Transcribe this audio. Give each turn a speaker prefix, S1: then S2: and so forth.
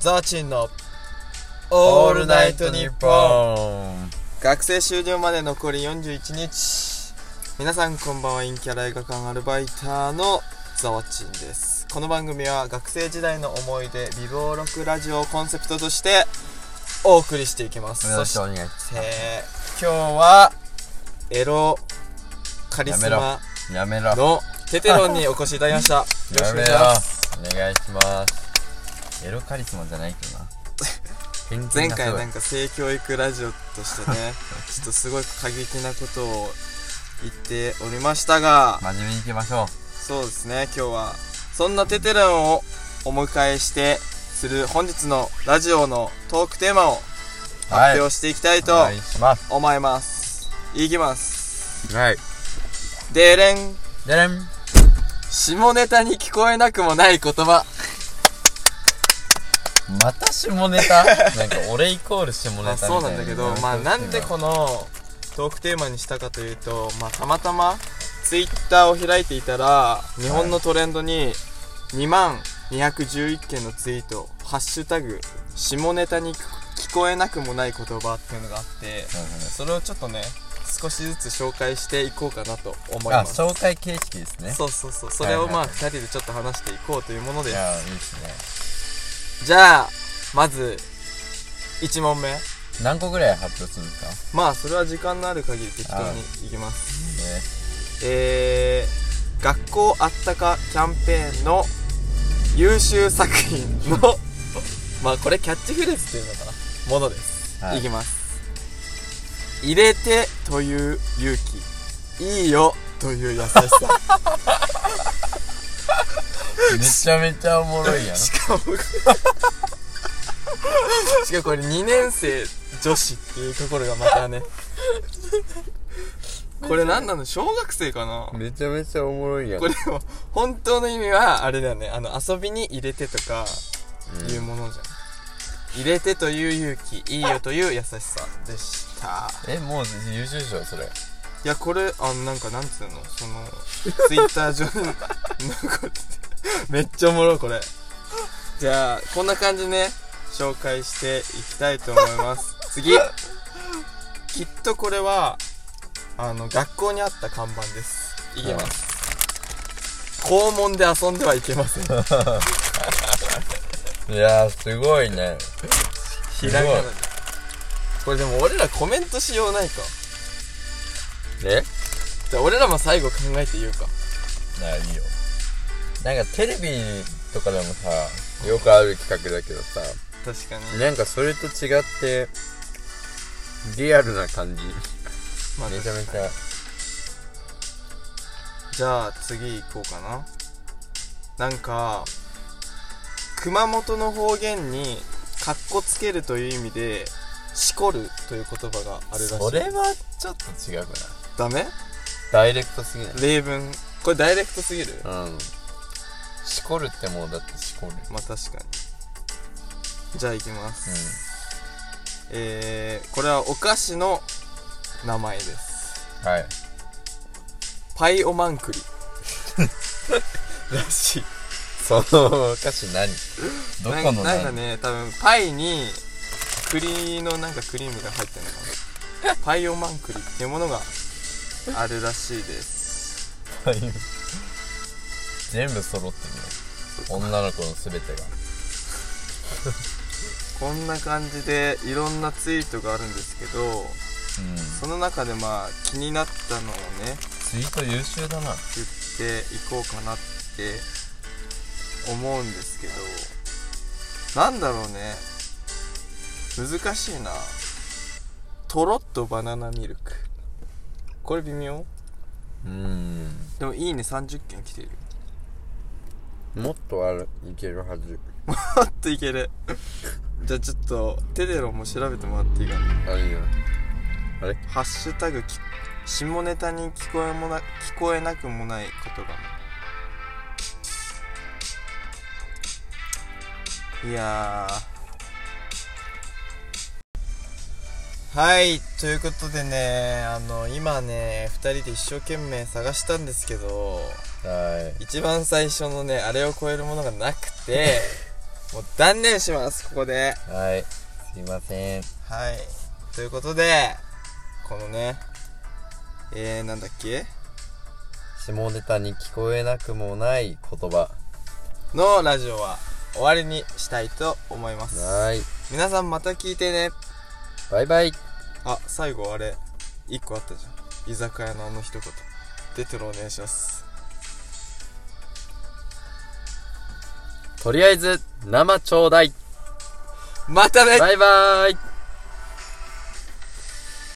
S1: ザーチンのオールナイトニッポン
S2: ン
S1: 学生終了まで残り41日皆さんこんばんは陰キャラ映画館アルバイターのザワチンですこの番組は学生時代の思い出美貌録ラジオをコンセプトとしてお送りしていきます
S2: よろ
S1: そ
S2: し
S1: し
S2: く
S1: て
S2: お願いします
S1: 今日はエロカリス
S2: やめ
S1: マ
S2: やめろや
S1: のテテロンにお越しいただきましたよろしくお
S2: め
S1: 願いし
S2: ろ
S1: ます
S2: お願いしますエロカリスマじゃないけどな偏見がすごい
S1: 前回なんか性教育ラジオとして ねちょっとすごい過激なことを言っておりましたが
S2: 真面目にいきましょう
S1: そうですね今日はそんなテテランをお迎えしてする本日のラジオのトークテーマを発表していきたい
S2: お
S1: と
S2: 願いします
S1: 思います、い、きます
S2: はい
S1: でれん
S2: でれん
S1: 下ネタに聞こえなくもない言葉
S2: また下ネ タなんか俺イコール下ネタみたいな
S1: あそうなんだけどまあなんでこ
S2: の
S1: のトークテーマにしたかというとまあたまたまツイッターを開いていたら日本のトレンドに2万211件のツイート「ハッシュタグ下ネタに聞こえなくもない言葉」っていうのがあってそれをちょっとね少しずつ紹介していこうかなと思い
S2: あ
S1: ます
S2: 紹介形式ですね
S1: そうそうそうそれをま
S2: は
S1: あ
S2: いはいはい
S1: 2人でちょっと話していこうというもの
S2: い
S1: で
S2: やいいですね
S1: すじゃあまず1問目
S2: 何個ぐらい発表するんですか
S1: まあそれは時間のある限り適当にいきます
S2: ね
S1: えー、学校あったかキャンペーンの優秀作品の まあこれキャッチフレーズっていうのかなものです、
S2: はい
S1: い、きます入れてという勇気いいよという優し さ
S2: めちゃめちゃおもろいやん
S1: しかも しかもこれ2年生女子っていうところがまたねこれ何なの小学生かな
S2: めちゃめちゃおもろいやん
S1: これも本当の意味はあれだよねあの遊びに入れてとかいうものじゃん、入れてという勇気いいよという優しさでした
S2: えもう優秀賞それ
S1: いやこれあのなんかなんつうのそのツイッター上に残ってめっちゃおもろいこれじゃあこんな感じね紹介していきたいと思います次きっとこれはあの学校にあった看板ですいきます、校門で遊んではいけません
S2: いやーすごいね
S1: ひらがなでこれでも俺らコメントしようないか
S2: え
S1: じゃあ俺らも最後考えて言うか
S2: なあいいよなんかテレビとかでもさよくある企画だけどさ
S1: 確かに、
S2: なんかそれと違ってリアルな感じ
S1: まあ
S2: めちゃめちゃ
S1: じゃあ次行こうかななんか熊本の方言にカッコつけるという意味で「しこる」という言葉があるらしい
S2: それはちょっと違うかな
S1: ダメ
S2: ダイレクトすぎない
S1: 例文これダイレクトすぎる
S2: うんしこるってもうだってしこる
S1: まあ確かにじゃあ行きます、
S2: う
S1: えー、これはお菓子の名前です
S2: んはい
S1: パイオマンクリらしい
S2: そのお菓子何どこの
S1: な
S2: 何
S1: んかね多分パイに栗のなんかクリームが入ってるのかなパイオマン栗っていうものがあるらしいです
S2: 全部揃ってるね女の子の全てが
S1: こんな感じでいろんなツイートがあるんですけど
S2: うん
S1: その中でまあ気になったのをね
S2: ツイート優秀だな
S1: 言っていこうかなって思うんですけどなんだろうね難しいなとろっとバナナミルクこれ微妙
S2: うん
S1: でもいいね30件来ている
S2: もっとあるいけるはず
S1: パッといけるじゃあちょっとテデロンも調べてもらっていいかな
S2: あるよ
S1: ハッシュタグき下ネタに聞こえもな聞こえなくもない言葉いやーはいということでねあの今ね2人で一生懸命探したんですけど
S2: はい
S1: 一番最初のねあれを超えるものがなくてもう断念しますここで
S2: はいすいません
S1: はいということでこのねえー、なんだっけ
S2: 下ネタに聞こえなくもない言葉
S1: のラジオは終わりにしたいと思います
S2: はい
S1: 皆さんまた聞いてね
S2: バイバイ
S1: あ最後あれ1個あったじゃん居酒屋のあの一言出てるお願いします
S2: とりあえず生ちょうだい
S1: またね
S2: バイバイ